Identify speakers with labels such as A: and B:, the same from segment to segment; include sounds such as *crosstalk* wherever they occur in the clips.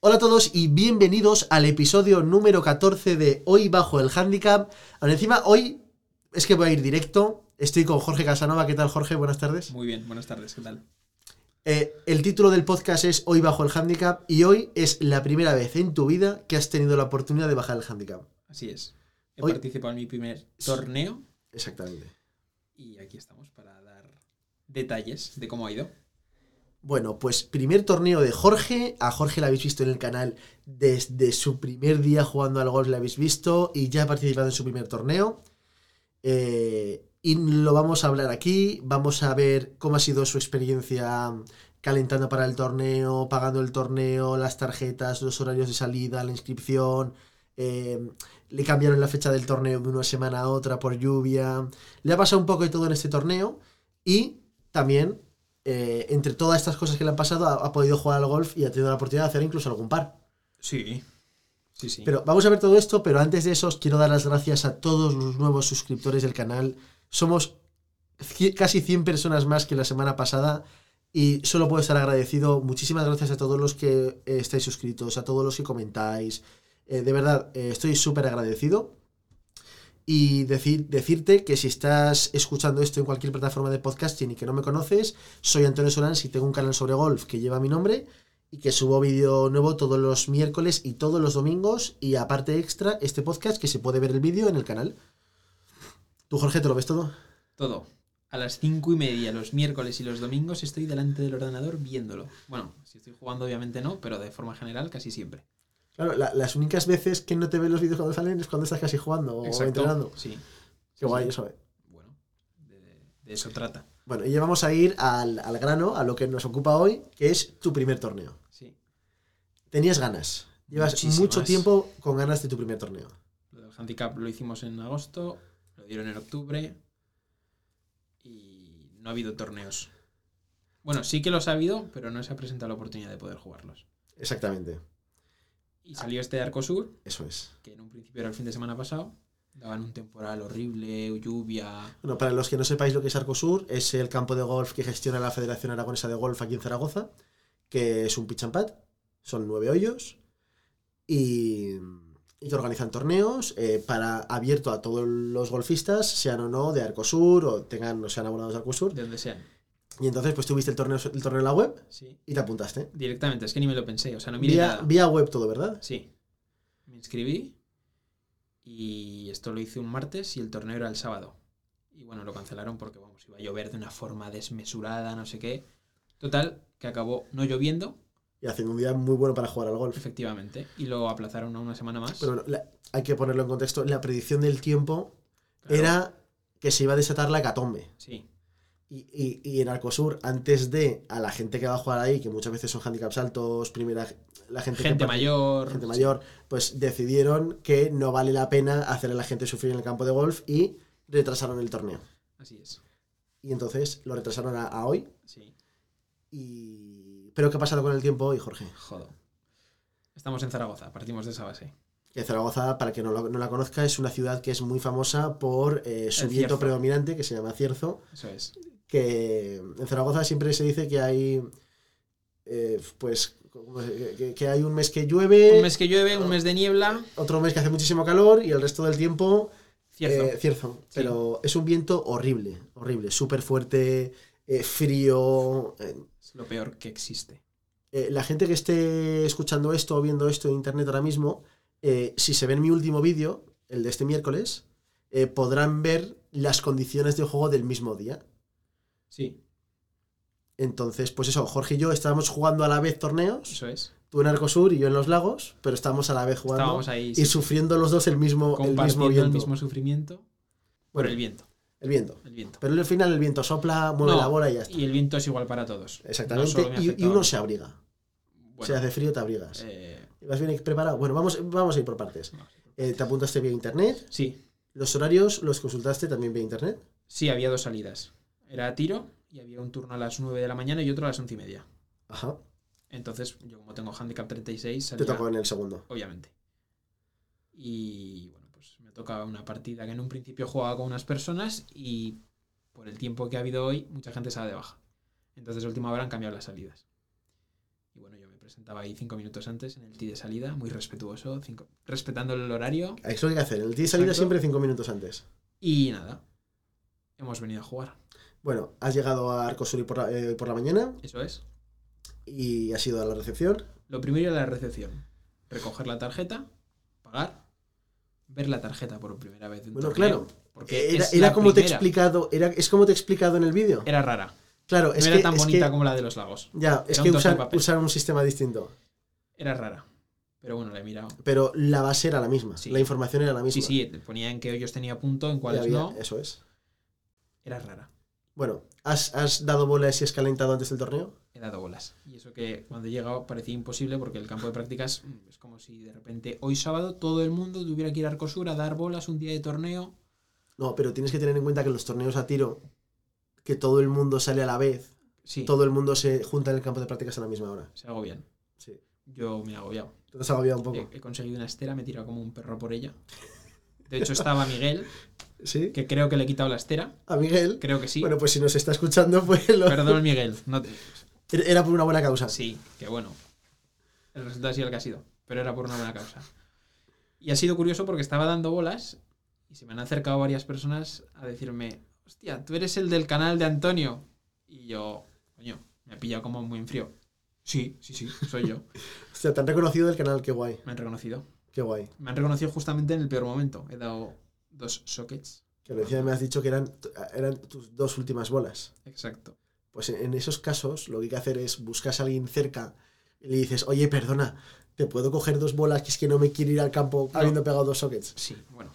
A: Hola a todos y bienvenidos al episodio número 14 de Hoy Bajo el Handicap. Ahora encima, hoy es que voy a ir directo. Estoy con Jorge Casanova. ¿Qué tal, Jorge? Buenas tardes.
B: Muy bien, buenas tardes, ¿qué tal?
A: Eh, el título del podcast es Hoy Bajo el Handicap y hoy es la primera vez en tu vida que has tenido la oportunidad de bajar el handicap.
B: Así es. He
A: Hoy-
B: participado en mi primer torneo
A: Exactamente.
B: y aquí estamos para dar detalles de cómo ha ido.
A: Bueno, pues primer torneo de Jorge. A Jorge la habéis visto en el canal desde su primer día jugando al golf, la habéis visto y ya ha participado en su primer torneo. Eh, y lo vamos a hablar aquí. Vamos a ver cómo ha sido su experiencia calentando para el torneo, pagando el torneo, las tarjetas, los horarios de salida, la inscripción. eh, le cambiaron la fecha del torneo de una semana a otra por lluvia. Le ha pasado un poco de todo en este torneo. Y también eh, entre todas estas cosas que le han pasado, ha, ha podido jugar al golf y ha tenido la oportunidad de hacer incluso algún par.
B: Sí. Sí, sí.
A: Pero vamos a ver todo esto, pero antes de eso os quiero dar las gracias a todos los nuevos suscriptores del canal. Somos cie- casi 100 personas más que la semana pasada y solo puedo estar agradecido. Muchísimas gracias a todos los que eh, estáis suscritos, a todos los que comentáis. Eh, de verdad, eh, estoy súper agradecido. Y decir, decirte que si estás escuchando esto en cualquier plataforma de podcasting y que no me conoces, soy Antonio Solans y tengo un canal sobre golf que lleva mi nombre y que subo vídeo nuevo todos los miércoles y todos los domingos y aparte extra este podcast que se puede ver el vídeo en el canal. ¿Tú, Jorge, te lo ves todo?
B: Todo. A las cinco y media, los miércoles y los domingos, estoy delante del ordenador viéndolo. Bueno, si estoy jugando, obviamente no, pero de forma general, casi siempre.
A: Claro, la- las únicas veces que no te ven los vídeos cuando salen es cuando estás casi jugando o entrenando.
B: Sí.
A: Qué guay
B: Sí.
A: eso, eh.
B: Bueno, de, de eso trata.
A: Bueno, y ya vamos a ir al, al grano, a lo que nos ocupa hoy, que es tu primer torneo.
B: Sí.
A: Tenías ganas. Llevas
B: Muchísimas.
A: mucho tiempo con ganas de tu primer torneo.
B: Lo del handicap lo hicimos en agosto, lo dieron en octubre y no ha habido torneos. Bueno, sí que los ha habido, pero no se ha presentado la oportunidad de poder jugarlos.
A: Exactamente,
B: Y salió este de Arcosur,
A: eso es.
B: que en un principio era el fin de semana pasado, daban un temporal horrible, lluvia.
A: Bueno, para los que no sepáis lo que es Arcosur, es el campo de golf que gestiona la Federación Aragonesa de Golf aquí en Zaragoza, que es un pitch and pad, son nueve hoyos, y, y que organizan torneos eh, para abierto a todos los golfistas, sean o no de Arcosur, o tengan o sean abonados de Arcosur.
B: De donde sean.
A: Y entonces, pues tuviste el torneo, el torneo en la web
B: Sí.
A: y te apuntaste.
B: Directamente, es que ni me lo pensé, o sea, no miré
A: Vía,
B: nada.
A: vía web todo, ¿verdad?
B: Sí. Me inscribí y esto lo hice un martes y el torneo era el sábado. Y bueno, lo cancelaron porque vamos, iba a llover de una forma desmesurada, no sé qué. Total, que acabó no lloviendo,
A: Y haciendo un día muy bueno para jugar al golf.
B: efectivamente, y lo aplazaron a una semana más.
A: Pero bueno, la- hay que ponerlo en contexto, la predicción del tiempo
B: Claro,
A: era que se iba a desatar la hecatombe.
B: Sí,
A: Y, y- y en Arcosur, antes de a la gente que va a jugar ahí, que muchas veces son handicaps altos, primera, la gente, que
B: gente
A: participa-
B: mayor.
A: gente mayor, pues decidieron que no vale la pena hacer a la gente sufrir en el campo de golf y retrasaron el torneo.
B: Así es.
A: Y entonces lo retrasaron a, a hoy.
B: Sí,
A: Y... Pero ¿qué ha pasado con el tiempo hoy, Jorge?
B: jodo. Estamos en Zaragoza, partimos de esa base.
A: Que Zaragoza, para que no, lo- no la conozca, es una ciudad que es muy famosa por eh, su
B: El
A: viento
B: Cierzo.
A: predominante, que se llama Cierzo.
B: Eso es.
A: que en Zaragoza siempre se dice que hay eh, pues ¿cómo se- que, que hay un mes que llueve,
B: Un mes que llueve, un mes de niebla,
A: otro mes que hace muchísimo calor y el resto del tiempo
B: cierto.
A: eh, cierzo. Pero es un viento horrible, horrible, súper fuerte, eh, frío. eh,
B: es lo peor que existe.
A: eh, la gente que esté escuchando esto o viendo esto en internet ahora mismo, eh, si se ven mi último vídeo, el de este miércoles, eh, podrán ver las condiciones de juego del mismo día.
B: Sí,
A: Entonces, pues eso, Jorge y yo estábamos jugando a la vez torneos.
B: eso es.
A: tú en Arcosur y yo en los lagos, pero estábamos a la vez jugando
B: Estábamos ahí.
A: y
B: sí.
A: sufriendo los dos el mismo, el mismo
B: compartiendo
A: viento.
B: sufrimiento por
A: Bueno,
B: el viento,
A: el viento.
B: el viento.
A: Pero al final el viento sopla, mueve
B: No,
A: la bola y ya está.
B: Y el viento es igual para todos. No
A: Exactamente.
B: solo me
A: y,
B: afecta
A: y
B: a
A: uno
B: mí.
A: se abriga.
B: Bueno,
A: Si hace frío, te abrigas.
B: eh,
A: ¿Vas bien preparado? Bueno, vamos, vamos a ir por partes.
B: no.
A: Eh, te apuntaste vía internet.
B: Sí,
A: Los horarios los consultaste también vía internet.
B: sí, había dos salidas. Era a tiro y había un turno a las 9 de la mañana y otro a las 11 y media.
A: Ajá.
B: Entonces, yo como tengo handicap 36,
A: Te
B: salía,
A: tocó en el segundo.
B: obviamente. Y bueno, pues me tocaba una partida que en un principio jugaba con unas personas y por el tiempo que ha habido hoy, mucha gente se va de baja. Entonces, a última hora han cambiado las salidas. Y bueno, yo me presentaba ahí cinco minutos antes en el tee de salida, muy respetuoso, cinco- respetando el horario.
A: Eso hay que hacer. El día de salida
B: Exacto.
A: siempre cinco minutos antes.
B: Y nada, hemos venido a jugar.
A: Bueno, has llegado a Arcosuri por la, eh, por la mañana
B: Eso es.
A: y has ido a la recepción.
B: Lo primero era la recepción. Recoger la tarjeta, pagar, ver la tarjeta por primera vez. de un
A: Bueno, claro.
B: torneo, Porque
A: Eh, Era,
B: es
A: era
B: la
A: como te he
B: primera.
A: explicado, era, es como te he explicado en el vídeo.
B: Era rara.
A: Claro,
B: No
A: es
B: era
A: que,
B: tan
A: es
B: bonita
A: que-
B: como la de los lagos.
A: ya, es
B: era
A: que
B: un
A: usan-
B: torneo de papel.
A: usaron un sistema distinto.
B: Era rara. Pero bueno, la he mirado.
A: Pero la base era la misma,
B: Sí.
A: la información era la misma.
B: Sí, sí, te ponía en qué hoyos tenía punto, en
A: Y
B: cuáles
A: había-
B: no.
A: Eso es.
B: Era rara.
A: Bueno, ¿has, has dado bolas y has calentado antes del torneo?
B: He dado bolas. Y eso que cuando he llegado parecía imposible porque el campo de prácticas mm, es como si de repente hoy sábado todo el mundo tuviera que ir a Arcosur a dar bolas un día de torneo.
A: No, pero tienes que tener en cuenta que los torneos a tiro, que todo el mundo sale a la vez,
B: Sí,
A: todo el mundo se junta en el campo de prácticas a la misma hora.
B: se hago bien.
A: Sí.
B: Yo me he agobiado.
A: Te has agobiado un poco.
B: He, he conseguido una estera, me he tirado como un perro por ella. De hecho estaba Miguel,
A: ¿Sí?
B: que creo que le he quitado la estera.
A: ¿A Miguel?
B: Creo que sí.
A: Bueno, pues si nos está escuchando, pues lo-
B: Perdón, Miguel. No te-
A: *laughs* Era por una buena causa.
B: Sí, que bueno. El resultado ha sido el que ha sido, pero era por una buena causa. Y ha sido curioso porque estaba dando bolas y se me han acercado varias personas a decirme, hostia, tú eres el del canal de Antonio. Y yo, coño, me ha pillado como muy en frío. Sí, sí, sí, soy yo.
A: O sea, te han reconocido del canal, qué guay,
B: Me han reconocido.
A: qué guay.
B: Me han reconocido justamente en el peor momento. He dado dos sockets.
A: Que recién me has dicho que eran, eran tus dos últimas bolas.
B: Exacto.
A: Pues en esos casos lo que hay que hacer es buscas a alguien cerca y le dices, oye, perdona, ¿te puedo coger dos bolas? Que es que no me quiero ir al campo
B: No.
A: habiendo pegado dos sockets.
B: Sí, bueno.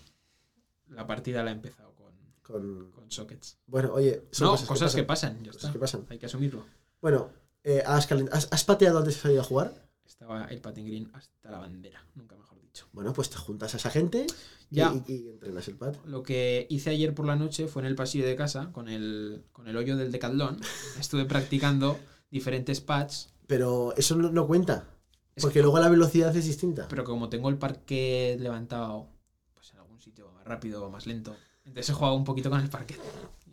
B: La partida la he empezado con,
A: Con...
B: con sockets.
A: Bueno, oye, son
B: no,
A: cosas,
B: cosas, que
A: que pasan.
B: pasan. ya
A: Cosas
B: está.
A: que pasan.
B: Hay que asumirlo.
A: Bueno, eh, ¿has, calen- has- has pateado antes de salir a jugar?
B: Estaba el patin green hasta la bandera, nunca mejor dicho.
A: Bueno, pues te juntas a esa gente y,
B: Ya.
A: y- y entrenas el pat.
B: Lo que hice ayer por la noche fue en el pasillo de casa, con el, con el hoyo del decaldón. Estuve practicando diferentes pads,
A: Pero eso no, no cuenta,
B: Es
A: porque luego la velocidad es distinta.
B: pero como tengo el parquet levantado, pues en algún sitio va más rápido o más lento. Entonces he jugado un poquito con el parquet.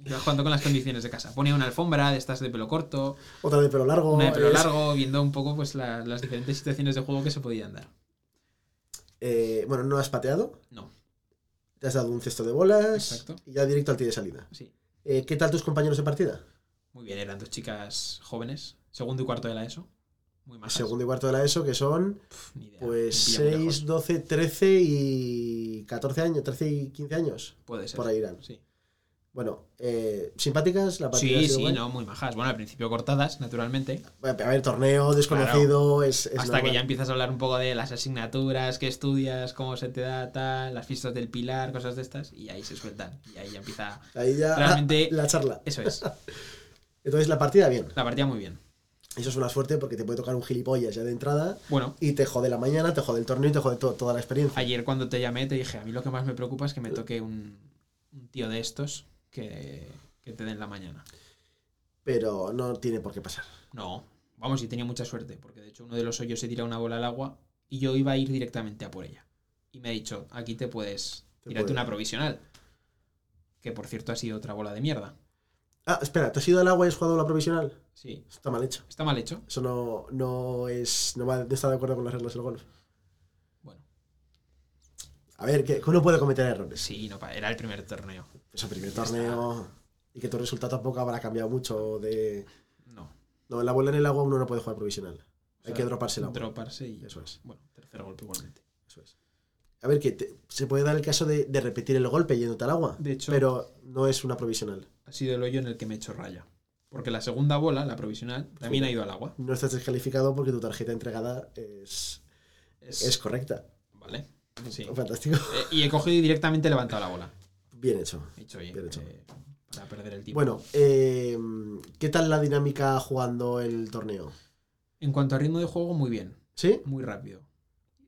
B: Iba jugando con las condiciones de casa. Ponía una alfombra de estas de pelo corto,
A: Otra de pelo largo.
B: una de pelo
A: es-
B: largo, viendo un poco pues la- las diferentes situaciones de juego que se podían dar.
A: eh, bueno, no has pateado.
B: No.
A: Te has dado un cesto de bolas
B: Exacto.
A: y ya directo al tiro de salida.
B: Sí,
A: Eh, ¿Qué tal tus compañeros de partida?
B: muy bien, eran dos chicas jóvenes, segundo y cuarto de la ESO. Muy más.
A: Segundo y cuarto de la ESO, que son
B: Ni idea,
A: pues
B: me pilla muy
A: 6,
B: lejos.
A: 12, 13 y 14 años, 13 y 15 años.
B: Puede ser.
A: por ahí irán.
B: Sí,
A: Bueno, eh, simpáticas, la partida. ha
B: sí,
A: sido
B: sí,
A: buena?
B: no, muy majas. Bueno, al principio cortadas, naturalmente.
A: A ver, torneo, desconocido, es, es
B: hasta que ya
A: normal.
B: empiezas a hablar un poco de las asignaturas que estudias, cómo se te da tal, las fiestas del pilar, cosas de estas, y ahí se sueltan. Y ahí ya empieza.
A: Ahí ya
B: realmente-
A: *laughs* la charla.
B: Eso es.
A: Entonces la partida, bien.
B: La partida muy bien.
A: Eso es una suerte porque te puede tocar un gilipollas ya de entrada
B: Bueno,
A: y te jode la mañana, te jode el torneo y te jode to- toda la experiencia.
B: ayer cuando te llamé te dije, a mí lo que más me preocupa es que me toque un, un tío de estos que, que te den la mañana.
A: Pero no tiene por qué pasar.
B: No, vamos, y tenía mucha suerte, porque de hecho uno de los hoyos se tira una bola al agua y yo iba a ir directamente a por ella. Y me ha dicho, aquí te puedes
A: Te
B: tirarte
A: puedes.
B: una provisional. Que por cierto ha sido otra bola de mierda.
A: Ah, espera, ¿te has ido al agua y has jugado la provisional?
B: Sí,
A: Eso Está mal hecho.
B: está mal hecho.
A: Eso no, no es. No, va, no está de acuerdo con las reglas del golf.
B: Bueno,
A: A ver, que que uno puede cometer errores.
B: sí, no, pa- era el primer torneo.
A: Es el primer
B: Ya está.
A: torneo. Y que tu resultado tampoco habrá cambiado mucho de.
B: No.
A: No, la bola en el agua uno no puede jugar provisional.
B: O
A: Hay
B: sea,
A: que droparse el agua.
B: Droparse y.
A: Eso es.
B: Bueno, tercer golpe igualmente.
A: Eso es. A ver, que te- se puede dar el caso de, de repetir el golpe yéndote al agua,
B: De hecho,
A: pero no es una provisional.
B: ha sido el hoyo en el que me he hecho raya. Porque la segunda bola, la provisional, también ha ido al agua.
A: No estás descalificado porque tu tarjeta entregada es,
B: Es,
A: es correcta.
B: Vale. Sí.
A: Fantástico.
B: Eh, y he cogido y directamente he levantado la bola.
A: Bien hecho.
B: He dicho, oye,
A: Bien hecho.
B: eh, para perder el tiempo.
A: Bueno, eh, ¿qué tal la dinámica jugando el torneo?
B: En cuanto a ritmo de juego, muy bien,
A: ¿Sí?
B: muy rápido.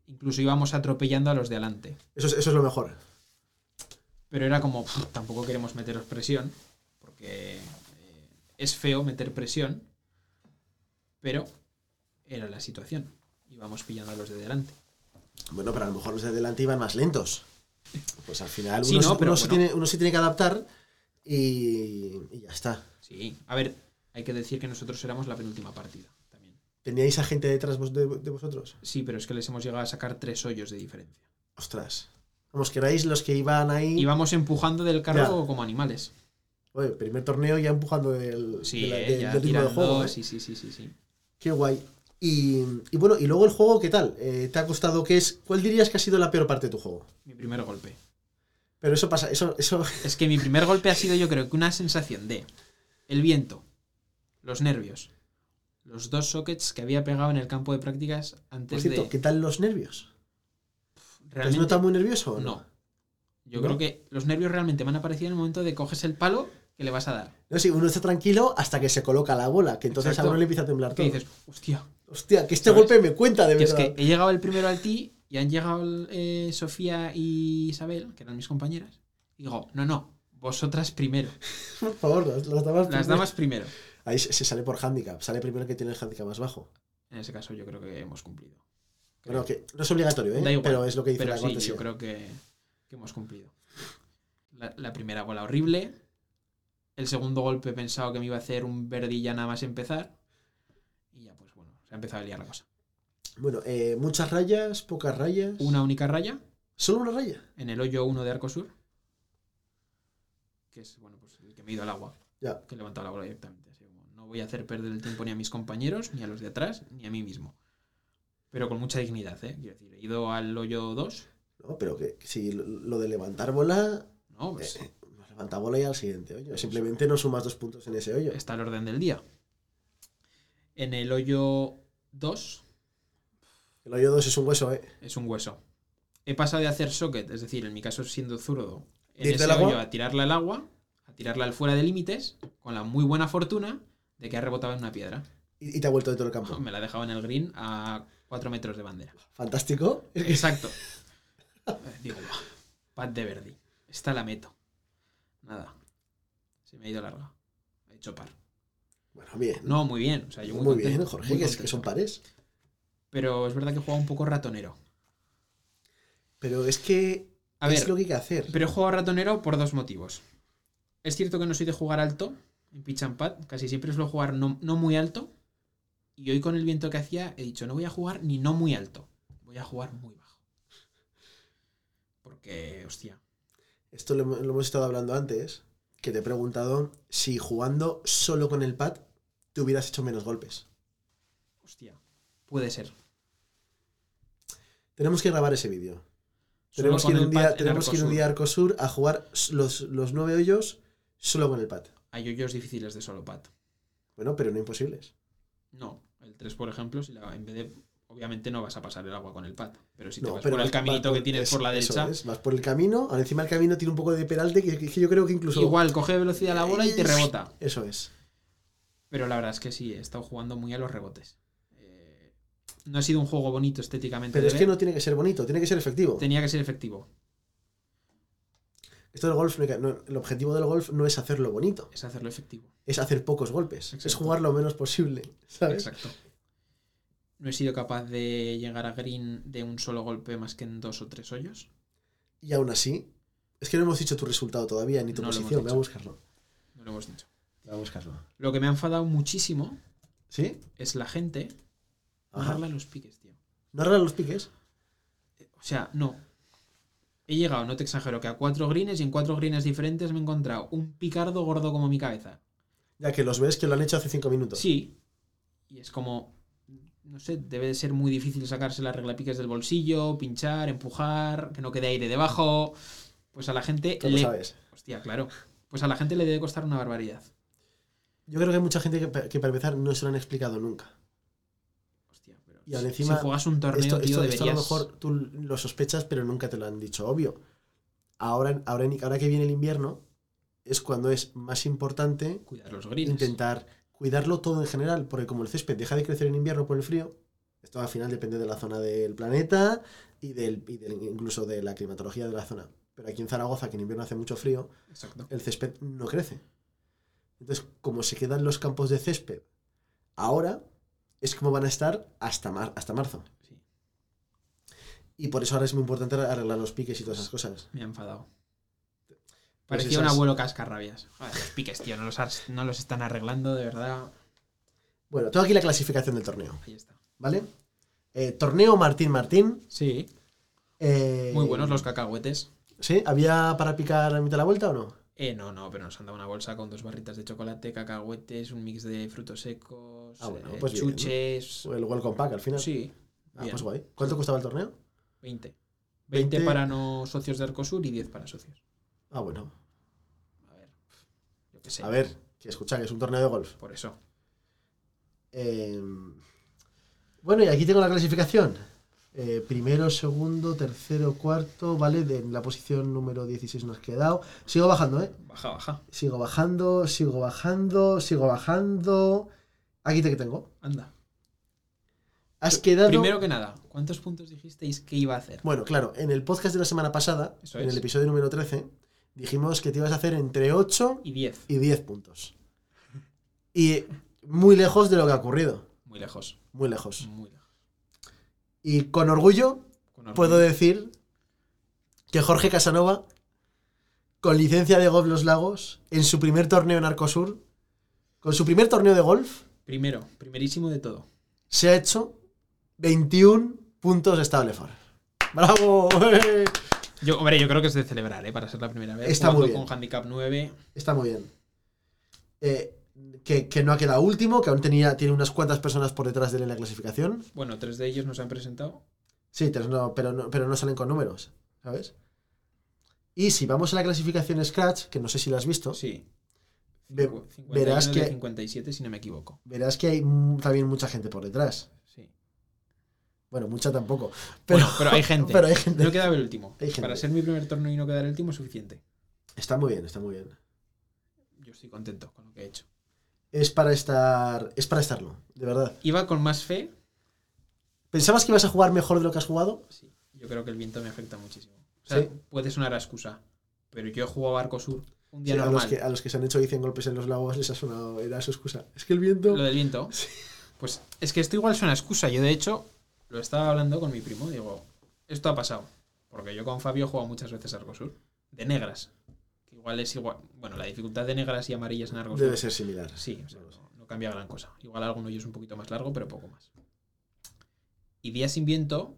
B: Incluso íbamos atropellando a los de adelante.
A: Eso es, eso es lo mejor.
B: Pero era como, "Pff, tampoco queremos meteros presión, porque eh, es feo meter presión, pero era la situación. Íbamos pillando a los de delante.
A: Bueno, pero a lo mejor los de adelante iban más lentos. Pues al final uno,
B: Sí, no,
A: se-
B: pero
A: uno se
B: bueno.
A: tiene, uno se tiene que adaptar y, y ya está.
B: Sí, a ver, hay que decir que nosotros éramos la penúltima partida también.
A: ¿Teníais a gente detrás vos- de, de vosotros?
B: Sí, pero es que les hemos llegado a sacar tres hoyos de diferencia.
A: Ostras. Vamos, que erais los que iban ahí.
B: Íbamos empujando del carro
A: Ya.
B: como animales.
A: Oye, primer torneo ya empujando del,
B: Sí,
A: de la-
B: eh,
A: del-
B: ya
A: del ritmo de
B: tirando,
A: juego. ¿eh?
B: sí, sí, sí, sí, sí.
A: Qué guay. Y, y bueno, y luego el juego, ¿qué tal? Eh, ¿Te ha costado? ¿Qué es? ¿Cuál dirías que ha sido la peor parte de tu juego?
B: Mi primer golpe.
A: Pero eso pasa, eso, eso. *laughs*
B: Es que mi primer golpe ha sido yo creo que una sensación de el viento, los nervios, los dos sockets que había pegado en el campo de prácticas
A: Por
B: antes
A: cierto,
B: de...
A: ¿qué tal los nervios? ¿Te has
B: realmente
A: notado muy nervioso? o
B: no. Yo
A: ¿No?
B: creo que los nervios realmente van a aparecer en el momento de coges el palo que le vas a dar.
A: No, sí, uno está tranquilo hasta que se coloca la bola, que entonces
B: Exacto.
A: a uno le empieza a temblar
B: Que
A: todo.
B: dices, hostia,
A: Hostia, que este
B: ¿Sabes?
A: golpe me cuenta de
B: que es
A: verdad.
B: que he llegado el primero al ti y han llegado eh, Sofía y Isabel, que eran mis compañeras. Y digo, no, no, vosotras primero,
A: Por favor, las, las damas.
B: las damas primero.
A: Ahí se, se sale por handicap, sale primero el que tiene el handicap más bajo.
B: En ese caso yo creo que hemos cumplido.
A: Bueno, que no es obligatorio, ¿eh?
B: Da igual,
A: pero es lo que dice
B: Pero
A: la
B: sí,
A: cortesía.
B: yo creo que, que hemos cumplido. La, la primera bola horrible. El segundo golpe pensado que me iba a hacer un verdi ya nada más empezar. Y ya, pues bueno, se ha empezado a liar la cosa.
A: Bueno, eh, muchas rayas, pocas rayas.
B: Una única raya
A: ¿Solo una raya?
B: en el hoyo 1 de Arco Sur. Que es, bueno, pues el que me he ido al agua.
A: Ya.
B: Que he levantado la bola directamente. Así como, no voy a hacer perder el tiempo ni a mis compañeros, ni a los de atrás, ni a mí mismo. Pero con mucha dignidad, ¿eh? Quiero decir, he ido al hoyo 2.
A: No, pero que si lo- lo de levantar bola,
B: No, pues
A: Eh, levanta bola y al siguiente hoyo. Simplemente no sumas dos puntos en ese hoyo.
B: está el orden del día. En el hoyo 2
A: El hoyo 2 es un hueso, ¿eh?
B: es un hueso. He pasado de hacer socket, es decir, en mi caso siendo zurdo, en
A: ¿Irte
B: ese
A: al agua?
B: hoyo a tirarla al agua, a tirarla al fuera de límites, con la muy buena fortuna de que ha rebotado en una piedra.
A: Y, y te ha vuelto dentro del campo.
B: *laughs* Me la ha dejado en el green a 4 metros
A: *laughs*
B: de bandera.
A: Fantástico.
B: Exacto. Eh, Digo, pat de Verdi. Esta la meto. Nada. Se me ha ido larga. He hecho par.
A: Bueno, bien.
B: No, muy bien. O sea, yo muy,
A: muy bien,
B: contento,
A: Jorge,
B: muy
A: que, es- que
B: contento.
A: son pares.
B: Pero es verdad que juega un poco ratonero.
A: Pero es que
B: A
A: es
B: ver,
A: lo que hay que hacer.
B: pero he jugado ratonero por dos motivos. Es cierto que no soy de jugar alto en pitch and pad, casi siempre suelo jugar no, no muy alto. Y hoy con el viento que hacía he dicho, no voy a jugar ni no muy alto, voy a jugar muy bajo. Porque, hostia,
A: Esto lo, hemos- lo hemos estado hablando antes, que te he preguntado si jugando solo con el pad te hubieras hecho menos golpes.
B: hostia, puede ser.
A: Tenemos que grabar ese vídeo.
B: Solo
A: Tenemos, que
B: con
A: ir,
B: el
A: un
B: pad
A: día,
B: en
A: tenemos que ir un
B: Arcosur.
A: día a Arcosur a jugar s- los, los nueve hoyos solo con el pad.
B: Hay hoyos difíciles de solo pad.
A: Bueno, pero no imposibles.
B: No, el 3, por ejemplo, si la- en vez de. Obviamente no vas a pasar el agua con el pad, pero si te
A: No,
B: vas
A: pero
B: por el
A: vas-
B: caminito
A: vas
B: que tienes
A: es-
B: por la
A: eso
B: derecha,
A: es, vas por el camino, ahora encima el camino tiene un poco de peralte que, que yo creo que incluso.
B: igual coge velocidad la bola y te rebota.
A: Eso es.
B: Pero la verdad es que sí, he estado jugando muy a los rebotes. Eh, no ha sido un juego bonito estéticamente.
A: Pero
B: de
A: es que
B: ver.
A: no tiene que ser bonito, tiene que ser efectivo.
B: Tenía que ser efectivo.
A: Esto del golf, no hay que- no, el objetivo del golf no es hacerlo bonito,
B: Es hacerlo efectivo.
A: es hacer pocos golpes, es
B: Exacto.
A: jugar lo menos posible, ¿sabes?
B: Exacto. No he sido capaz de llegar a green de un solo golpe más que en dos o tres hoyos.
A: Y aún así, es que no hemos dicho tu resultado todavía ni tu
B: No lo hemos
A: posición, voy a
B: dicho.
A: buscarlo.
B: No lo hemos dicho.
A: Voy a buscarlo.
B: Lo que me ha enfadado muchísimo
A: ¿Sí?
B: es la gente
A: Ajá.
B: darle los piques, tío.
A: ¿No arreglan los piques?
B: O sea, no. He llegado, no te exagero, que a cuatro greens y en cuatro greens diferentes me he encontrado un picardo gordo como mi cabeza.
A: Ya que los ves que lo han hecho hace cinco minutos.
B: Sí. Y es como, no sé, debe de ser muy difícil sacarse las reglapiques del bolsillo, pinchar, empujar, que no quede aire debajo. Pues a la gente
A: Tú lo
B: le...
A: sabes.
B: Hostia, claro. Pues a la gente le debe costar una barbaridad.
A: Yo creo que hay mucha gente que, pa- que para empezar no se lo han explicado nunca.
B: Hostia, pero
A: Y ahora encima,
B: si juegas un torneo,
A: esto,
B: tío,
A: esto-
B: deberías...
A: esto a lo mejor tú lo sospechas, pero nunca te lo han dicho, obvio. Ahora, ahora, ahora que viene el invierno, es cuando es más importante
B: Cuidar los greens.
A: intentar cuidarlo todo en general, porque como el césped deja de crecer en invierno por el frío, esto al final depende de la zona del planeta y, del, y del- incluso de la climatología de la zona. Pero aquí en Zaragoza, que en invierno hace mucho frío,
B: Exacto.
A: el césped no crece. Entonces, como se quedan los campos de césped ahora, es como van a estar hasta, mar- hasta marzo.
B: Sí.
A: Y por eso ahora es muy importante arreglar los piques y todas esas cosas.
B: Me ha enfadado.
A: Pues
B: Parecía un
A: esas-
B: abuelo cascarrabias. Joder, los piques, tío, no los, has- no los están arreglando, de verdad.
A: Bueno, tengo aquí la clasificación del torneo,
B: Ahí está.
A: ¿vale? Eh, torneo Martín Martín.
B: Sí.
A: eh,
B: Muy buenos los cacahuetes.
A: ¿Sí? ¿Había para picar a mitad de la vuelta o no?
B: Eh, no, no, pero nos han dado una bolsa con dos barritas de chocolate, cacahuetes, un mix de frutos secos,
A: Ah, bueno,
B: eh,
A: pues bien, ¿no?
B: chuches.
A: El Welcome Pack al final.
B: Sí,
A: Ah,
B: bien.
A: pues guay. ¿Cuánto costaba el torneo?
B: 20.
A: 20.
B: 20 para no socios de Arcosur y 10 para socios.
A: Ah, bueno.
B: A ver. Yo qué sé.
A: A ver, que escucha, que es un torneo de golf.
B: Por eso.
A: Eh, bueno, y aquí tengo la clasificación. Eh, primero, segundo, tercero, cuarto, ¿vale? De la posición número 16 nos he quedado. Sigo bajando, ¿eh?
B: Baja, baja.
A: Sigo bajando, sigo bajando, sigo bajando. Aquí te que tengo.
B: Anda.
A: Has quedado.
B: Primero que nada, ¿cuántos puntos dijisteis que iba a hacer?
A: Bueno, claro, en el podcast de la semana pasada,
B: Eso
A: en el
B: es.
A: episodio número 13, dijimos que te ibas a hacer entre 8
B: Y 10.
A: y 10 puntos. Y muy lejos de lo que ha ocurrido.
B: Muy lejos.
A: Muy lejos.
B: Muy lejos.
A: Y con orgullo
B: Con orgullo.
A: puedo decir que Jorge Casanova, con licencia de Golf Los Lagos, en su primer torneo en Arcosur, con su primer torneo de golf,
B: Primero, primerísimo de todo.
A: se ha hecho 21 puntos de Stablefar. ¡Bravo! *laughs* ¡Eh!
B: Yo, hombre, yo creo que es de celebrar, ¿eh? Para ser la primera vez.
A: Está muy
B: Jugando
A: bien.
B: con handicap 9.
A: Está muy bien. Eh, que, que no ha quedado último, que aún tenía, tiene unas cuantas personas por detrás de él en la clasificación.
B: Bueno, tres de ellos nos han presentado.
A: Sí, tres no, pero, no, pero no salen con números, ¿sabes? Y si vamos a la clasificación Scratch, que no sé si la has visto,
B: Sí.
A: Ve-
B: Cincu- 51
A: verás
B: de
A: que-
B: 57, si no me equivoco.
A: verás que hay mm, también mucha gente por detrás.
B: Sí.
A: Bueno, mucha tampoco. Pero,
B: Pero, pero hay
A: *laughs*
B: gente.
A: pero hay gente.
B: No quedaba el último.
A: Hay gente.
B: Para ser mi primer torneo y no quedar el último es suficiente.
A: Está muy bien, está muy bien.
B: Yo estoy contento con lo que he hecho.
A: Es para estar. Es para estarlo, de verdad.
B: Iba con más fe.
A: ¿Pensabas que ibas a jugar mejor de lo que has jugado?
B: Sí. Yo creo que el viento me afecta muchísimo. O sea,
A: Sí.
B: puede sonar a excusa. Pero yo he jugado a Barco Sur un día
A: Sí, a, los
B: normal.
A: que, a los que se han hecho 100 golpes en los lagos les ha sonado. Era su excusa. Es que el viento.
B: Lo del viento. Pues es que esto igual es una excusa. Yo, de hecho, lo estaba hablando con mi primo. Digo, esto ha pasado. Porque yo con Fabio he jugado muchas veces a Argosur. De negras. Que igual es igual. Bueno, la dificultad de negras y amarillas en Argosur.
A: Debe ser similar.
B: Sí, o sea, no, no cambia gran cosa. Igual alguno yo es un poquito más largo, pero poco más. Y días sin viento,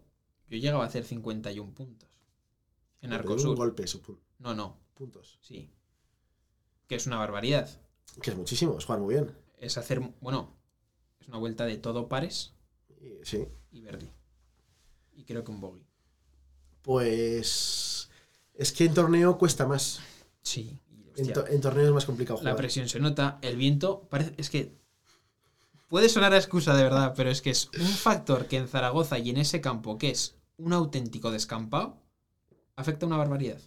B: yo llegaba a hacer 51 puntos. En
A: Pero digo Un
B: Arcosur.
A: golpe, su pu-
B: No, no,
A: puntos.
B: sí. Que es una barbaridad.
A: Que es muchísimo, es jugar muy bien.
B: Es hacer, bueno, es una vuelta de todo pares
A: Y- Sí.
B: y verdi. Y creo que un bogey.
A: Pues. Es que en torneo cuesta más.
B: Sí. y
A: En,
B: hostia,
A: to- en torneo es más complicado
B: la
A: jugar.
B: presión se nota, el viento, parece, es que puede sonar a excusa de verdad, pero es que es un factor que en Zaragoza y en ese campo, que es un auténtico descampado, afecta una barbaridad.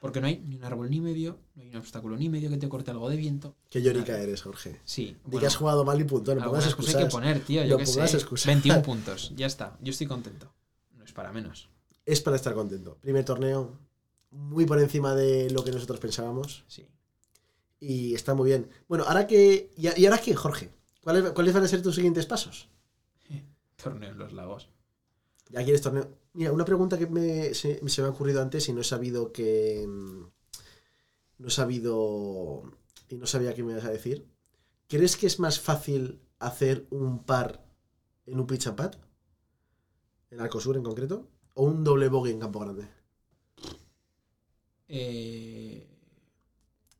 B: Porque no hay ni un árbol ni medio, no hay un obstáculo ni medio que te corte algo de viento.
A: Qué llorica eres, Jorge.
B: Sí.
A: Di
B: bueno,
A: que has jugado mal y punto. No
B: alguna
A: pongas
B: excusa hay que
A: excusas.
B: poner, tío,
A: No
B: yo qué sé.
A: pongas excusas. *laughs*
B: 21 puntos, ya está. Yo estoy contento. No es para menos.
A: Es para estar contento. Primer torneo, muy por encima de lo que nosotros pensábamos.
B: Sí.
A: Y está muy bien. Bueno, ahora que. ¿Y, a- y ahora qué, Jorge? ¿Cuáles, ¿Cuáles van a ser tus siguientes pasos?
B: Torneo en los lagos.
A: Ya quieres torneo. Mira, una pregunta que me, se, se me ha ocurrido antes y no he sabido que. mm, No he sabido. Y no sabía qué me ibas a decir. ¿Crees que es más fácil hacer un par en un pitch and pad? ¿En Arcosur en concreto? ¿O un doble bogey en Campo Grande?
B: Eh,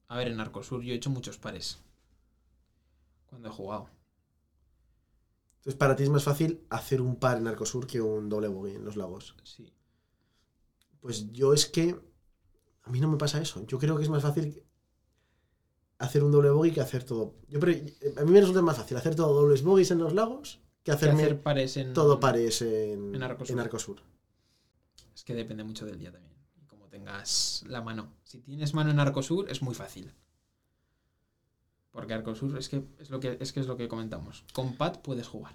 B: a ver, en Arcosur yo he hecho muchos pares. Cuando he jugado.
A: Entonces, para ti es más fácil hacer un par en Arcosur que un doble bogey en los lagos.
B: Sí.
A: Pues yo es que. A mí no me pasa eso. Yo creo que es más fácil hacer un doble bogey que hacer todo. Yo, pre- a mí me resulta más fácil hacer todo dobles bogeys en los lagos que
B: Que
A: hacerme
B: hacer pares en.
A: todo pares en,
B: en Arcosur.
A: en Arcosur.
B: Es que depende mucho del día también. Y como tengas la mano. Si tienes mano en Arcosur, es muy fácil. Porque Arcosur es que es lo que es que es lo que comentamos. Con pad puedes jugar.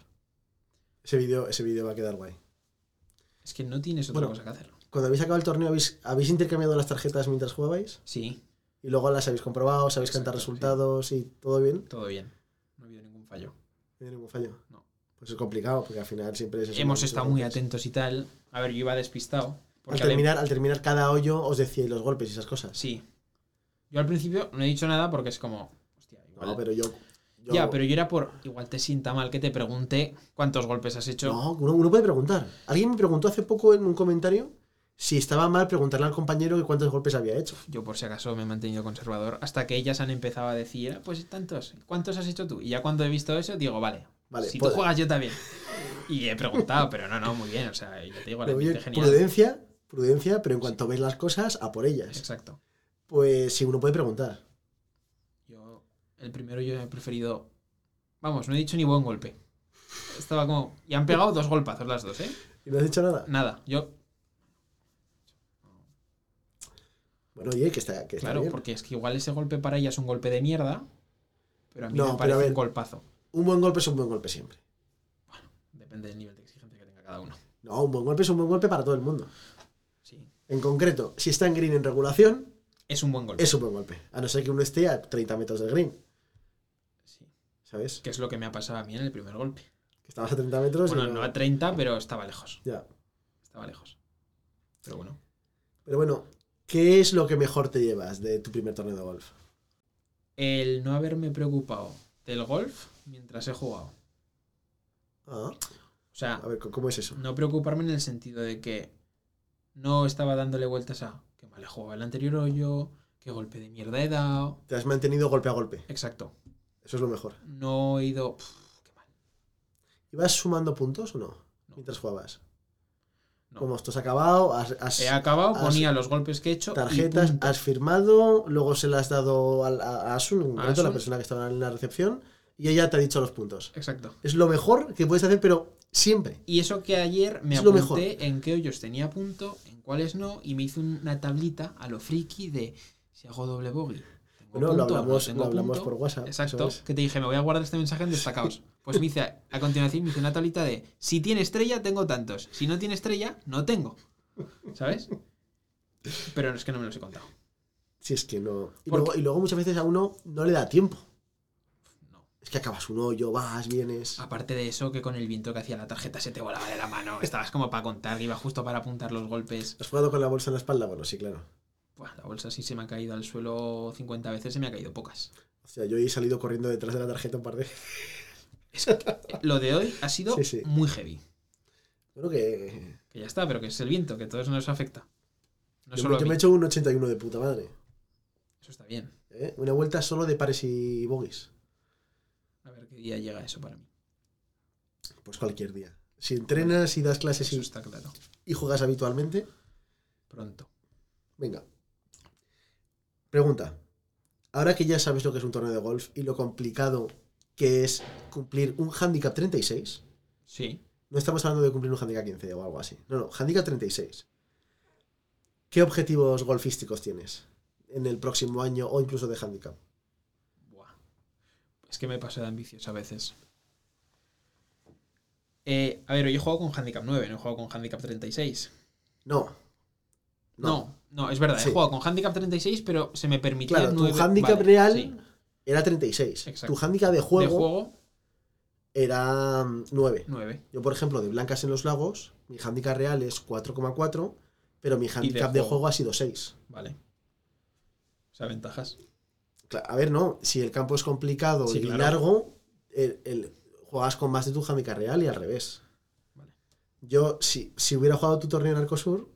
A: Ese vídeo ese vídeo va a quedar guay.
B: Es que no tienes otra
A: Bueno.
B: cosa que hacer.
A: Cuando habéis acabado el torneo, ¿habéis, habéis intercambiado las tarjetas mientras jugabais?
B: Sí,
A: Y luego las habéis comprobado, sabéis cantar
B: Exacto, sí.
A: resultados y todo bien.
B: todo bien. No ha habido ningún fallo.
A: No hay ningún fallo.
B: No.
A: Pues es complicado, porque al final siempre es eso,
B: Hemos
A: muchos
B: estado muy
A: golpes.
B: atentos y tal. A ver, yo iba despistado.
A: Al
B: Porque adem-
A: terminar, al terminar cada hoyo os decíais los golpes y esas cosas.
B: Sí. Yo al principio no he dicho nada porque es como. Hostia,
A: No,
B: igual.
A: pero yo, Yo-
B: Ya, pero yo era por. Igual te sienta mal que te pregunte cuántos golpes has hecho.
A: No, uno, uno puede preguntar. Alguien me preguntó hace poco en un comentario si estaba mal preguntarle al compañero que cuántos golpes había hecho.
B: Yo, por si acaso, me he mantenido conservador hasta que ellas han empezado a decir, "Ah, pues tantos, ¿cuántos has hecho tú? Y ya cuando he visto eso, digo, vale,
A: Vale, pues,
B: si
A: puede.
B: tú juegas, yo también. Y he preguntado, pero no, no, muy bien, o sea, yo te digo, la
A: Pero
B: gente
A: oye,
B: es genial.
A: prudencia, prudencia, pero en cuanto ves las cosas, a por ellas.
B: Exacto.
A: Pues sí, uno puede preguntar.
B: Yo, el primero yo he preferido. Vamos, no he dicho ni buen golpe. Estaba como. Y han pegado dos golpazos las dos, ¿eh?
A: ¿Y no has dicho nada?
B: Nada, yo.
A: Bueno, oye, que está, que está
B: Claro,
A: bien.
B: porque es que igual ese golpe para ella es un golpe de mierda, pero a mí
A: No,
B: me
A: pero a
B: parece
A: ver.
B: un golpazo.
A: Un buen golpe es un buen golpe siempre.
B: Depende del nivel de exigencia que tenga cada uno.
A: No, un buen golpe es un buen golpe para todo el mundo.
B: Sí.
A: En concreto, si está en green en regulación,
B: Es un buen golpe.
A: es un buen golpe. A no ser que uno esté a 30 metros del green,
B: Sí.
A: ¿sabes?
B: Que es lo que me ha pasado a mí en el primer golpe.
A: Que estabas a 30 metros y
B: Bueno,
A: no-
B: no a 30, pero estaba lejos.
A: Ya.
B: Estaba lejos. Pero bueno.
A: Pero bueno, ¿qué es lo que mejor te llevas de tu primer torneo de golf?
B: El no haberme preocupado del golf mientras he jugado.
A: Ah,
B: O sea,
A: a ver, ¿cómo- ¿cómo es eso?
B: no preocuparme en el sentido de que no estaba dándole vueltas a que mal he jugado el anterior hoyo, qué golpe de mierda he dado.
A: Te has mantenido golpe a golpe.
B: Exacto.
A: Eso es lo mejor.
B: No he ido. "Pff, qué mal".
A: ¿Ibas sumando puntos o no?
B: No.
A: Mientras jugabas.
B: No.
A: Como esto se ha acabado, has, has
B: He acabado,
A: has-
B: ponía los golpes que he hecho. y
A: tarjetas,
B: punto.
A: has firmado, luego se las has dado al- a, a Asun, en concreto, la
B: Asun.
A: persona que estaba en la recepción, y ella te ha dicho los puntos.
B: Exacto.
A: Es lo mejor que puedes hacer, pero siempre.
B: Y eso que ayer me
A: Es lo
B: apunté
A: mejor.
B: en qué hoyos tenía punto, en cuáles no, y me hice una tablita a lo friki de si hago doble bogey. tengo
A: Bueno, lo
B: punto, no
A: hablamos,
B: tengo
A: lo hablamos
B: punto.
A: por WhatsApp.
B: Exacto,
A: eso es.
B: que te dije, me voy a guardar este mensaje en destacados. Pues me hice, a, a continuación me hice una tablita de, si tiene estrella, tengo tantos. Si no tiene estrella, no tengo. ¿Sabes? Pero es que no me los he contado.
A: Si es que no. Y
B: Porque-
A: luego, y luego muchas veces a uno no le da tiempo.
B: No. Ah.
A: Es que acabas un hoyo, vas, vienes.
B: Aparte de eso, que con el viento que hacía la tarjeta se te volaba de la mano. Estabas como para contar, iba justo para apuntar los golpes.
A: ¿Has jugado con la bolsa en la espalda? Bueno, sí, claro.
B: Buah, la bolsa sí se me ha caído al suelo 50 veces, se me ha caído pocas.
A: O sea, yo he salido corriendo detrás de la tarjeta un par de
B: Es que Eh, lo de hoy ha sido
A: Sí, sí.
B: muy heavy.
A: Bueno, que.
B: Que ya está, pero que es el viento, que a todos nos afecta. No
A: yo me-
B: solo a
A: yo me
B: mí.
A: he hecho un 81 de puta madre.
B: Eso está bien.
A: ¿eh? Una vuelta solo de pares y bogies.
B: A ver qué día llega eso para mí.
A: Pues cualquier día. Si entrenas y das clases
B: Eso
A: y,
B: está claro.
A: y juegas habitualmente,
B: Pronto.
A: venga. Pregunta. Ahora que ya sabes lo que es un torneo de golf y lo complicado que es cumplir un handicap 36,
B: Sí.
A: No estamos hablando de cumplir un handicap 15 o algo así. No, no, handicap 36. ¿Qué objetivos golfísticos tienes en el próximo año o incluso de handicap?
B: Buah. Es que me paso de ambicioso a veces. Eh, a ver, hoy he jugado con Handicap 9, no he jugado con Handicap 36.
A: No.
B: No, no, es verdad,
A: Sí.
B: he jugado con Handicap 36, pero se me permitía
A: Claro, tu
B: nueve-
A: handicap
B: vale,
A: real
B: sí,
A: era 36.
B: Exacto.
A: Tu handicap de
B: de
A: juego,
B: juego
A: era mm, 9.
B: 9.
A: Yo, por ejemplo, de Blancas en los Lagos, mi handicap real es 4,4, pero mi handicap de,
B: juego.
A: juego ha sido 6.
B: Vale. O sea, ventajas.
A: Cla- A ver, no, si el campo es complicado
B: Sí,
A: y
B: claro.
A: largo, el- el- juegas con más de tu handicap real y al revés.
B: Vale.
A: Yo, si, si hubiera jugado tu torneo en Arcosur,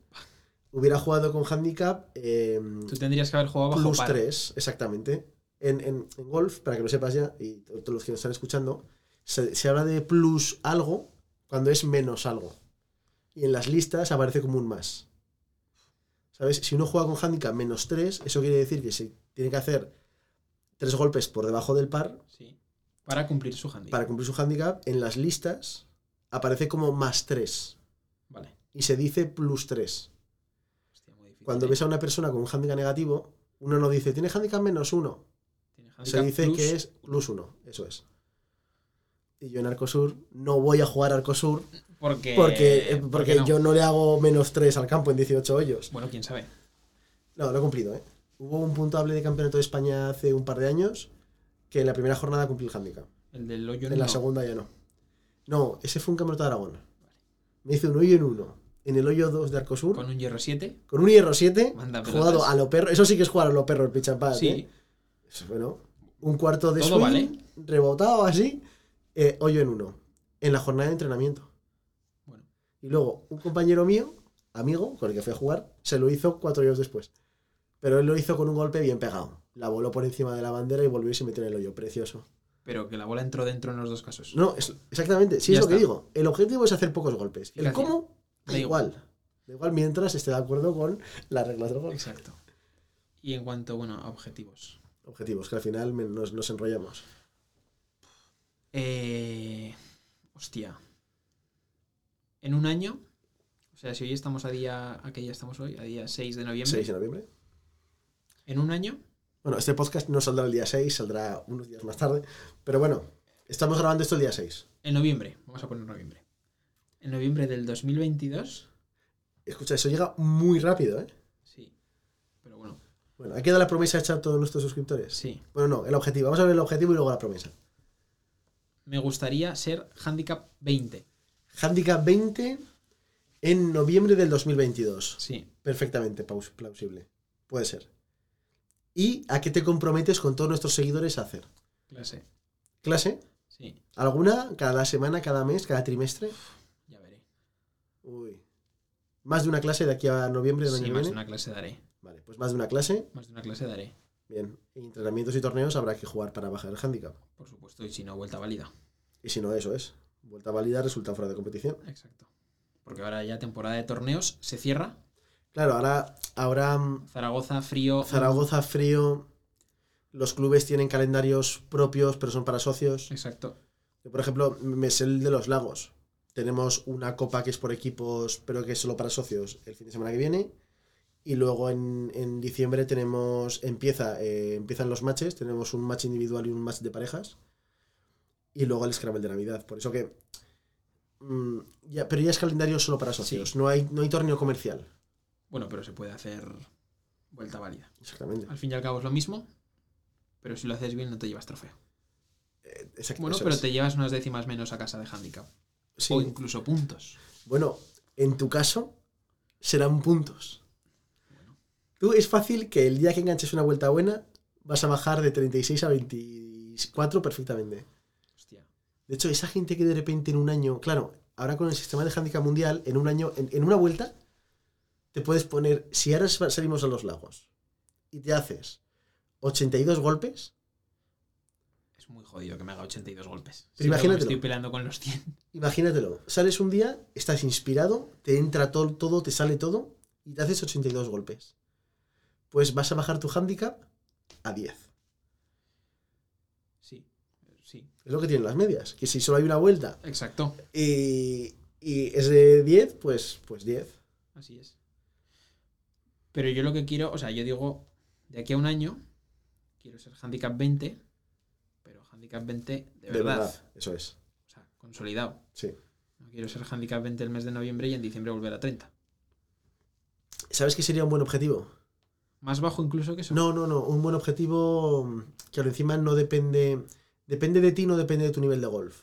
A: hubiera jugado con handicap eh,
B: Tú tendrías que haber jugado bajo
A: plus
B: par.
A: 3, exactamente. En, en- en golf, para que lo sepas ya, y to- todos los que nos están escuchando, se, se habla de plus algo cuando es menos algo. Y en las listas aparece como un más. ¿Sabes? Si uno juega con handicap menos 3, eso quiere decir que se tiene que hacer tres golpes por debajo del par
B: Sí. Para cumplir su handicap.
A: para cumplir su handicap. En las listas aparece como más 3
B: Vale.
A: y se dice plus 3.
B: Hostia, muy difícil.
A: Cuando
B: ¿eh?
A: ves a una persona con un handicap negativo, uno no dice, tiene handicap menos 1,
B: Tiene
A: Se
B: handicap
A: dice
B: plus,
A: que es plus uno, eso es. Y yo en Arcosur no voy a jugar Arcosur
B: Porque,
A: porque, eh, porque
B: no.
A: yo no le hago menos 3 al campo en 18 hoyos.
B: Bueno, quién sabe.
A: No, lo he cumplido, ¿eh? Hubo un puntuable de campeonato de España hace un par de años que en la primera jornada cumplí el handicap.
B: El del hoyo
A: En la
B: no.
A: segunda ya no. No, ese fue un campeonato de Aragón. Me hice un hoyo en uno. En el hoyo 2 de Arcosur,
B: Con un hierro 7.
A: con un hierro 7,
B: Manda pelotas.
A: jugado a lo perro. Eso sí que es jugar a lo perro el pitch and pad,
B: Sí.
A: ¿eh? Eso, Bueno, un cuarto de
B: Todo
A: swing,
B: vale.
A: rebotado así, eh, hoyo en uno, en la jornada de entrenamiento.
B: Bueno.
A: Y luego, un compañero mío, amigo, con el que fui a jugar, se lo hizo cuatro hoyos después. Pero él lo hizo con un golpe bien pegado. La voló por encima de la bandera y volvió y se metió en el hoyo. Precioso.
B: Pero que la bola entró dentro en los dos casos.
A: No, es- exactamente. Sí,
B: Ya
A: es lo que
B: está.
A: digo. El objetivo es hacer pocos golpes. El
B: Eficacia.
A: cómo, da
B: Da igual.
A: igual. Da igual mientras esté de acuerdo con las reglas del golf.
B: Exacto. Y en cuanto, bueno, a objetivos.
A: Objetivos, que al final me- nos, nos enrollamos.
B: Eh, hostia. En un año, o sea, si hoy estamos a día, ¿a qué día estamos hoy? A día 6 de noviembre.
A: 6 de noviembre.
B: En un año,
A: Bueno, este podcast no saldrá el día 6, saldrá unos días más tarde. Pero bueno, estamos grabando esto el día 6.
B: en noviembre, vamos a poner noviembre. En noviembre del 2022,
A: Escucha, eso llega muy rápido, ¿eh?
B: sí. Pero bueno,
A: Bueno, aquí queda la promesa hecha a todos nuestros suscriptores.
B: sí.
A: Bueno, no, el objetivo. Vamos a ver el objetivo y luego la promesa.
B: Me gustaría ser handicap 20.
A: Handicap 20 en noviembre del 2022.
B: Sí.
A: Perfectamente paus- plausible. Puede ser. ¿Y a qué te comprometes con todos nuestros seguidores a hacer?
B: Clase.
A: ¿Clase?
B: Sí,
A: ¿Alguna? ¿Cada semana? ¿Cada mes? ¿Cada trimestre?
B: ya veré.
A: Uy. ¿Más de una clase de aquí a noviembre del año
B: Sí,
A: que
B: más de
A: viene?
B: una clase daré.
A: Vale, pues más de una clase.
B: Más de una clase daré.
A: Bien, en entrenamientos y torneos habrá que jugar para bajar el handicap.
B: Por supuesto, y si no, vuelta válida.
A: Y si no, eso es. Vuelta válida, resulta fuera de competición.
B: Exacto. Porque ahora ya temporada de torneos se cierra.
A: Claro, ahora, ahora mm,
B: Zaragoza, frío.
A: Zaragoza frío, los clubes tienen calendarios propios, pero son para socios.
B: Exacto.
A: Yo, por ejemplo, me sé el de los lagos. Tenemos una copa que es por equipos, pero que es solo para socios el fin de semana que viene. Y luego en, en diciembre tenemos. Empieza, eh, empiezan los matches. Tenemos un match individual y un match de parejas. Y luego el Scrabble de Navidad. Por eso que. mm, ya, pero ya es calendario solo para socios. No, hay, no hay torneo comercial.
B: Bueno, pero se puede hacer vuelta válida.
A: Exactamente.
B: Al fin y al cabo es lo mismo, pero si lo haces bien no te llevas trofeo.
A: Eh, exacto,
B: Bueno,
A: eso
B: pero
A: es.
B: te llevas unas décimas menos a casa de handicap.
A: Sí.
B: O incluso puntos.
A: Bueno, en tu caso, serán puntos. Tú es fácil que el día que enganches una vuelta buena, vas a bajar de 36 a 24 perfectamente.
B: Hostia.
A: De hecho, esa gente que de repente en un año, claro, ahora con el sistema de handicap mundial, en un año, en, en una vuelta, te puedes poner, si ahora sa- salimos a los lagos y te haces 82 golpes,
B: Es muy jodido que me haga 82 golpes.
A: Pero
B: Siempre
A: imagínatelo.
B: me Estoy peleando con los 100.
A: imagínatelo, sales un día, estás inspirado, te entra todo, todo, te sale todo y te haces 82 golpes. Pues vas a bajar tu handicap a 10.
B: Sí. Sí.
A: Es lo que tienen las medias, que si solo hay una vuelta
B: Exacto.
A: y, y es de 10, pues, pues 10.
B: Así es. Pero yo lo que quiero, o sea, yo digo, de aquí a un año, quiero ser handicap 20, pero handicap 20 de,
A: De
B: verdad.
A: verdad. Eso es.
B: O sea, consolidado.
A: Sí.
B: No quiero ser handicap 20 el mes de noviembre y en diciembre volver a 30.
A: ¿Sabes qué sería un buen objetivo?
B: Más bajo incluso que eso.
A: No, no, no. Un buen objetivo mm, que ahora encima no depende. Depende de ti, no depende de tu nivel de golf.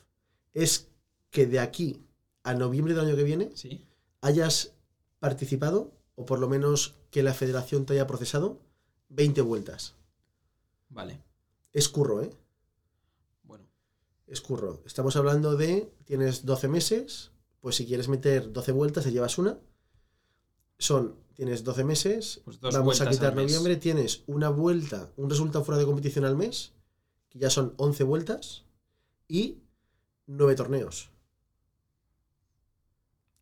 A: Es que de aquí a noviembre del año que viene
B: Sí.
A: hayas participado, o por lo menos que la federación te haya procesado, 20 vueltas.
B: Vale.
A: Es curro, ¿eh?
B: Bueno.
A: Es curro. Estamos hablando de, tienes 12 meses, pues si quieres meter 12 vueltas, te llevas una. Son, tienes 12 meses,
B: Pues dos
A: vamos a
B: vueltas
A: quitar
B: al mes.
A: noviembre, tienes una vuelta, un resultado fuera de competición al mes, que ya son 11 vueltas, y 9 torneos.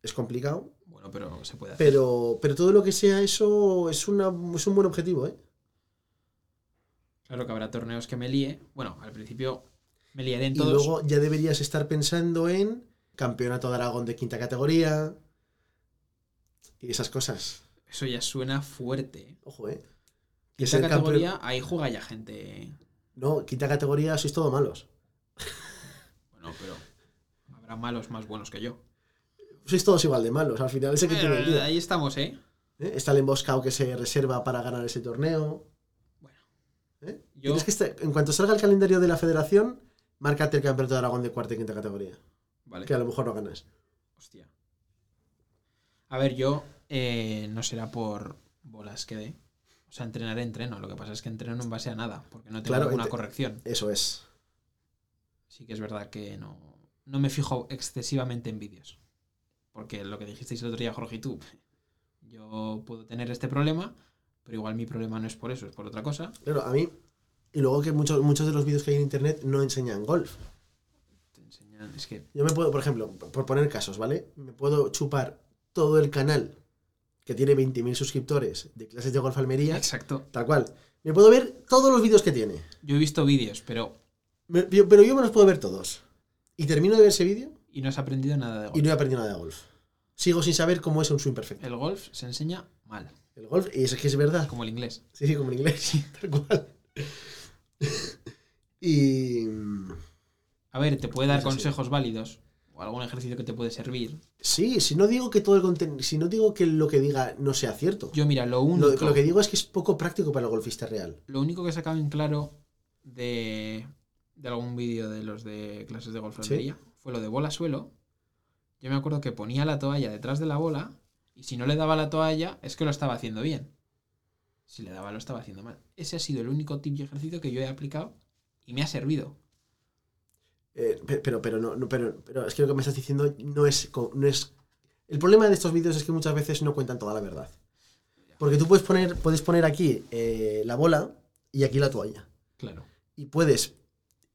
A: Es complicado,
B: Bueno, pero se puede hacer.
A: pero, pero todo lo que sea eso es, una, es un buen objetivo, ¿eh?
B: Claro que habrá torneos que me líe. Bueno, al principio me liaré en
A: Y
B: todos.
A: luego ya deberías estar pensando en campeonato de Aragón de quinta categoría y esas cosas.
B: Eso ya suena fuerte. ¿eh?
A: Ojo, ¿eh? Que
B: Esa
A: ser campeón-
B: categoría, ahí juega ya gente.
A: No, quinta categoría sois todos malos.
B: Bueno, pero habrá malos más buenos que yo.
A: Sois todos igual de malos, al final ese que tiene el
B: Bueno,
A: día.
B: ahí estamos, ¿eh?
A: ¿eh? Está el emboscado que se reserva para ganar ese torneo.
B: Bueno.
A: ¿eh?
B: Yo,
A: Tienes que estar- en cuanto salga el calendario de la federación, márcate el campeonato de Aragón de cuarta y quinta categoría.
B: vale,
A: Que a lo mejor no ganas.
B: hostia. A ver, yo eh, no será por bolas que dé. O sea, entrenaré, entreno. Lo que pasa es que entreno en base a nada, porque no tengo
A: Claro,
B: ninguna
A: ente-
B: corrección.
A: Eso es.
B: Sí que es verdad que no, no me fijo excesivamente en vídeos. Porque lo que dijisteis el otro día, Jorge y tú, *laughs* yo puedo tener este problema, pero igual mi problema no es por eso, es por otra cosa.
A: Claro, a mí. Y luego que muchos, muchos de los vídeos que hay en internet no enseñan golf.
B: Te enseñan, es que
A: Yo me puedo, por ejemplo, por poner casos, ¿vale? Me puedo chupar todo el canal que tiene 20.000 suscriptores de clases de golf Almería,
B: Exacto.
A: tal cual. Me puedo ver todos los vídeos que tiene.
B: Yo he visto vídeos, pero.
A: Me- yo- pero yo me los puedo ver todos. Y termino de ver ese vídeo
B: Y no has aprendido nada de golf.
A: y no he aprendido nada de golf. Sigo sin saber cómo es un swing perfecto.
B: El golf se enseña mal,
A: El golf, y eso es que es verdad. *laughs*
B: como el inglés.
A: Sí, sí, como en inglés, *laughs* sí, tal cual. y. mm,
B: A ver, te puede dar
A: Es así.
B: consejos válidos o algún ejercicio que te puede servir.
A: Sí, si no digo que todo el contenido. Si no digo que lo que diga no sea cierto.
B: Yo, mira, lo único.
A: Lo, lo que digo es que es poco práctico para el golfista real.
B: lo único que he sacado en claro de, de algún vídeo de los de clases de golf
A: Sí.
B: Almería fue lo de bola suelo. Yo me acuerdo que ponía la toalla detrás de la bola y si no le daba la toalla es que lo estaba haciendo bien. Si le daba lo estaba haciendo mal. Ese ha sido el único tip y ejercicio que yo he aplicado y me ha servido.
A: Eh, pe- pero, pero, no, no- pero, pero es que lo que me estás diciendo no es, co- no es. El problema de estos vídeos es que muchas veces no cuentan toda la verdad. Porque tú puedes poner, puedes poner aquí eh, la bola y aquí la toalla.
B: Claro.
A: Y puedes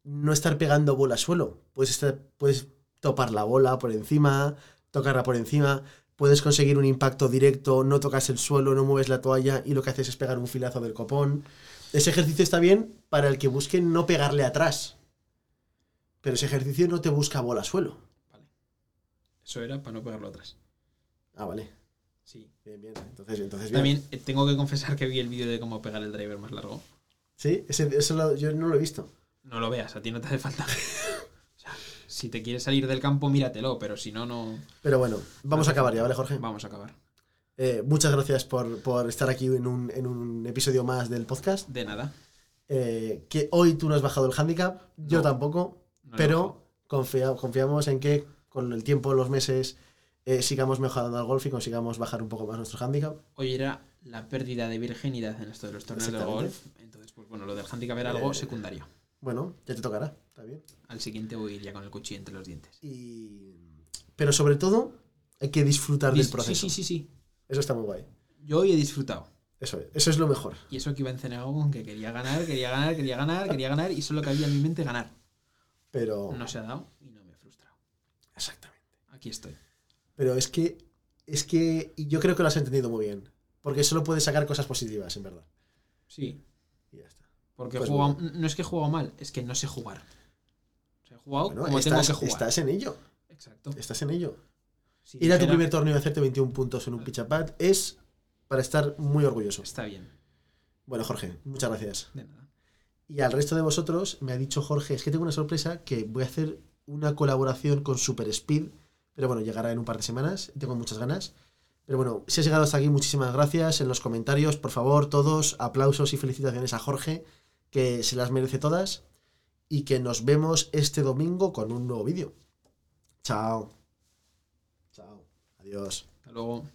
A: no estar pegando bola al suelo. Puedes, estar, puedes topar la bola por encima, tocarla por encima. Puedes conseguir un impacto directo, no tocas el suelo, no mueves la toalla y lo que haces es pegar un filazo del copón. Ese ejercicio está bien para el que busque no pegarle atrás. Pero ese ejercicio no te busca bola al suelo.
B: Eso era para no pegarlo atrás.
A: Ah, vale.
B: Sí.
A: Bien, bien. Entonces, entonces bien.
B: También eh, tengo que confesar que vi el vídeo de cómo pegar el driver más largo.
A: Sí, ese- eso lo- yo no lo he visto.
B: No lo veas, a ti no te hace falta. *laughs* O sea, si te quieres salir del campo, míratelo, pero si no, no.
A: Pero bueno, vamos a acabar ya, ¿vale, Jorge?
B: Vamos a acabar.
A: Eh, muchas gracias por, por estar aquí en un, en un episodio más del podcast.
B: De nada.
A: eh, que hoy tú no has bajado el handicap, yo
B: No.
A: tampoco,
B: No lo
A: pero
B: bajo.
A: confia- confiamos en que con el tiempo, los meses, eh, sigamos mejorando al golf y consigamos bajar un poco más nuestro handicap.
B: Hoy era la pérdida de virginidad en esto de los torneos de
A: Exactamente.
B: golf. Entonces, pues bueno, lo del handicap era algo
A: Eh.
B: secundario.
A: Bueno, ya te tocará, está bien.
B: Al siguiente voy a ir ya con el cuchillo entre los dientes.
A: Y... Pero sobre todo, hay que disfrutar del
B: Dis-
A: proceso.
B: Sí, sí, sí, sí.
A: Eso está muy guay.
B: Yo hoy he disfrutado.
A: Eso es, eso es lo mejor.
B: Y eso que iba encenado con que quería ganar, quería ganar, quería ganar, quería ganar. Y solo cabía en mi mente ganar.
A: Pero.
B: No se ha dado y no me he frustrado.
A: Exactamente.
B: Aquí estoy.
A: Pero es que. Es que. y Yo creo que lo has entendido muy bien. Porque solo puedes sacar cosas positivas, en verdad.
B: Sí.
A: Y ya está.
B: Porque
A: Pues
B: he jugado- no es que he jugado mal, es que no sé jugar. O sea, he jugado
A: Bueno,
B: Oh, como
A: estás,
B: tengo que jugar.
A: estás en ello.
B: Exacto.
A: Estás en ello.
B: Si
A: Ir a tu
B: dijera,
A: primer torneo y hacerte 21 puntos en un pitch pad es para estar muy orgulloso.
B: Está bien.
A: Bueno, Jorge, muchas gracias.
B: De nada.
A: Y al resto de vosotros, me ha dicho Jorge, es que tengo una sorpresa que voy a hacer una colaboración con Super Speed, pero bueno, llegará en un par de semanas, tengo muchas ganas. Pero bueno, si has llegado hasta aquí, muchísimas gracias. En los comentarios, por favor, todos, aplausos y felicitaciones a Jorge, que se las merece todas. Y que nos vemos este domingo con un nuevo vídeo. Chao. Chao. Adiós.
B: Hasta luego.